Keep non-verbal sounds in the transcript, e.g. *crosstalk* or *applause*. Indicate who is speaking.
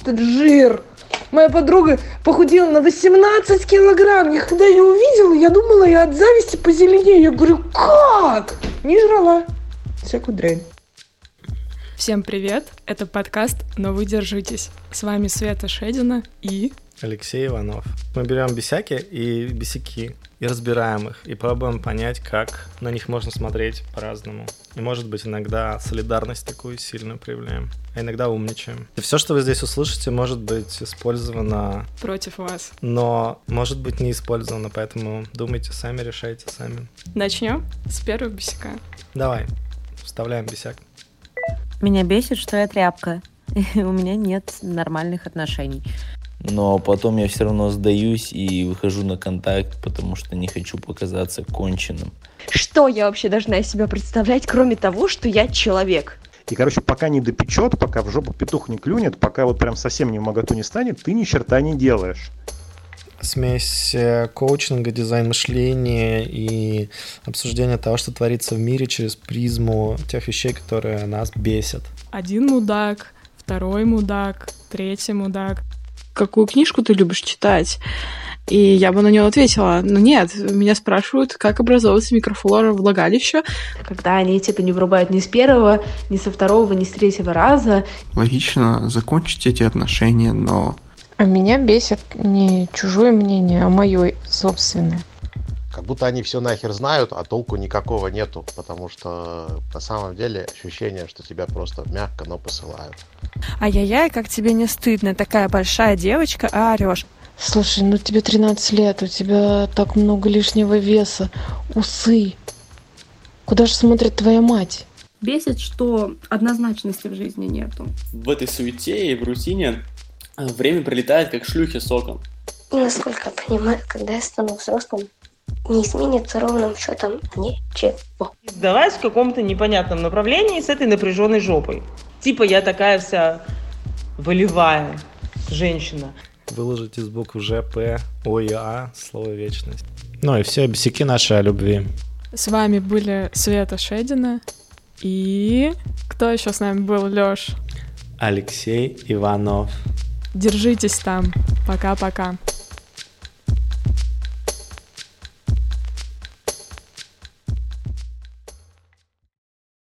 Speaker 1: этот жир. Моя подруга похудела на 18 килограмм. Я когда ее увидела, я думала, я от зависти позеленею. Я говорю, как? Не жрала. Всякую дрянь.
Speaker 2: Всем привет! Это подкаст «Но вы держитесь». С вами Света Шедина и...
Speaker 3: Алексей Иванов. Мы берем бесяки и бесяки и разбираем их, и пробуем понять, как на них можно смотреть по-разному. И, может быть, иногда солидарность такую сильную проявляем, а иногда умничаем. И все, что вы здесь услышите, может быть использовано,
Speaker 2: Против вас.
Speaker 3: но может быть не использовано, поэтому думайте сами, решайте сами.
Speaker 2: Начнем с первого бесяка.
Speaker 3: Давай, вставляем бесяк.
Speaker 4: Меня бесит, что я тряпка. *laughs* У меня нет нормальных отношений.
Speaker 5: Но потом я все равно сдаюсь и выхожу на контакт, потому что не хочу показаться конченным.
Speaker 6: Что я вообще должна из себя А представлять, кроме того, что я человек?
Speaker 7: И, короче, пока не допечет, пока в жопу петух не клюнет, пока вот прям совсем не в моготу не станет, ты ни черта не делаешь.
Speaker 3: Смесь э, коучинга, дизайн мышления и обсуждения того, что творится в мире через призму тех вещей, которые нас бесят.
Speaker 2: Один мудак, второй мудак, третий мудак.
Speaker 8: какую книжку ты любишь читать? И я бы на него ответила, ну нет, меня спрашивают, как образовывается микрофлора влагалища.
Speaker 9: когда они типа не врубают ни с первого, ни со второго, ни с третьего раза.
Speaker 10: логично закончить эти отношения, но
Speaker 11: А меня бесит не чужое мнение, а мое собственное.
Speaker 12: Как будто они все нахер знают, а толку никакого нету, потому что на самом деле ощущение, что тебя просто мягко, но посылают.
Speaker 9: Ай-яй-яй, как тебе не стыдно, такая большая девочка, а орешь.
Speaker 11: Слушай, ну тебе 13 лет, у тебя так много лишнего веса, усы. Куда же смотрит твоя мать?
Speaker 9: Бесит, что однозначности в жизни нету.
Speaker 10: в этой суете и в рутине э, время прилетает как шлюхи соком.
Speaker 9: Насколько я понимаю, когда я стану взрослым, не изменится ровным счетом ничего.
Speaker 1: Сдалась в каком-то непонятном направлении с этой напряженной жопой. Типа я такая вся волевая женщина.
Speaker 3: выложить из букв ЖП, ОИА, «А» слово вечность. Ну и все бесяки наши о любви.
Speaker 2: С вами были Света Шедина и... Кто еще с нами был, Лёш?
Speaker 3: Алексей Иванов.
Speaker 2: Держитесь там. Пока-пока.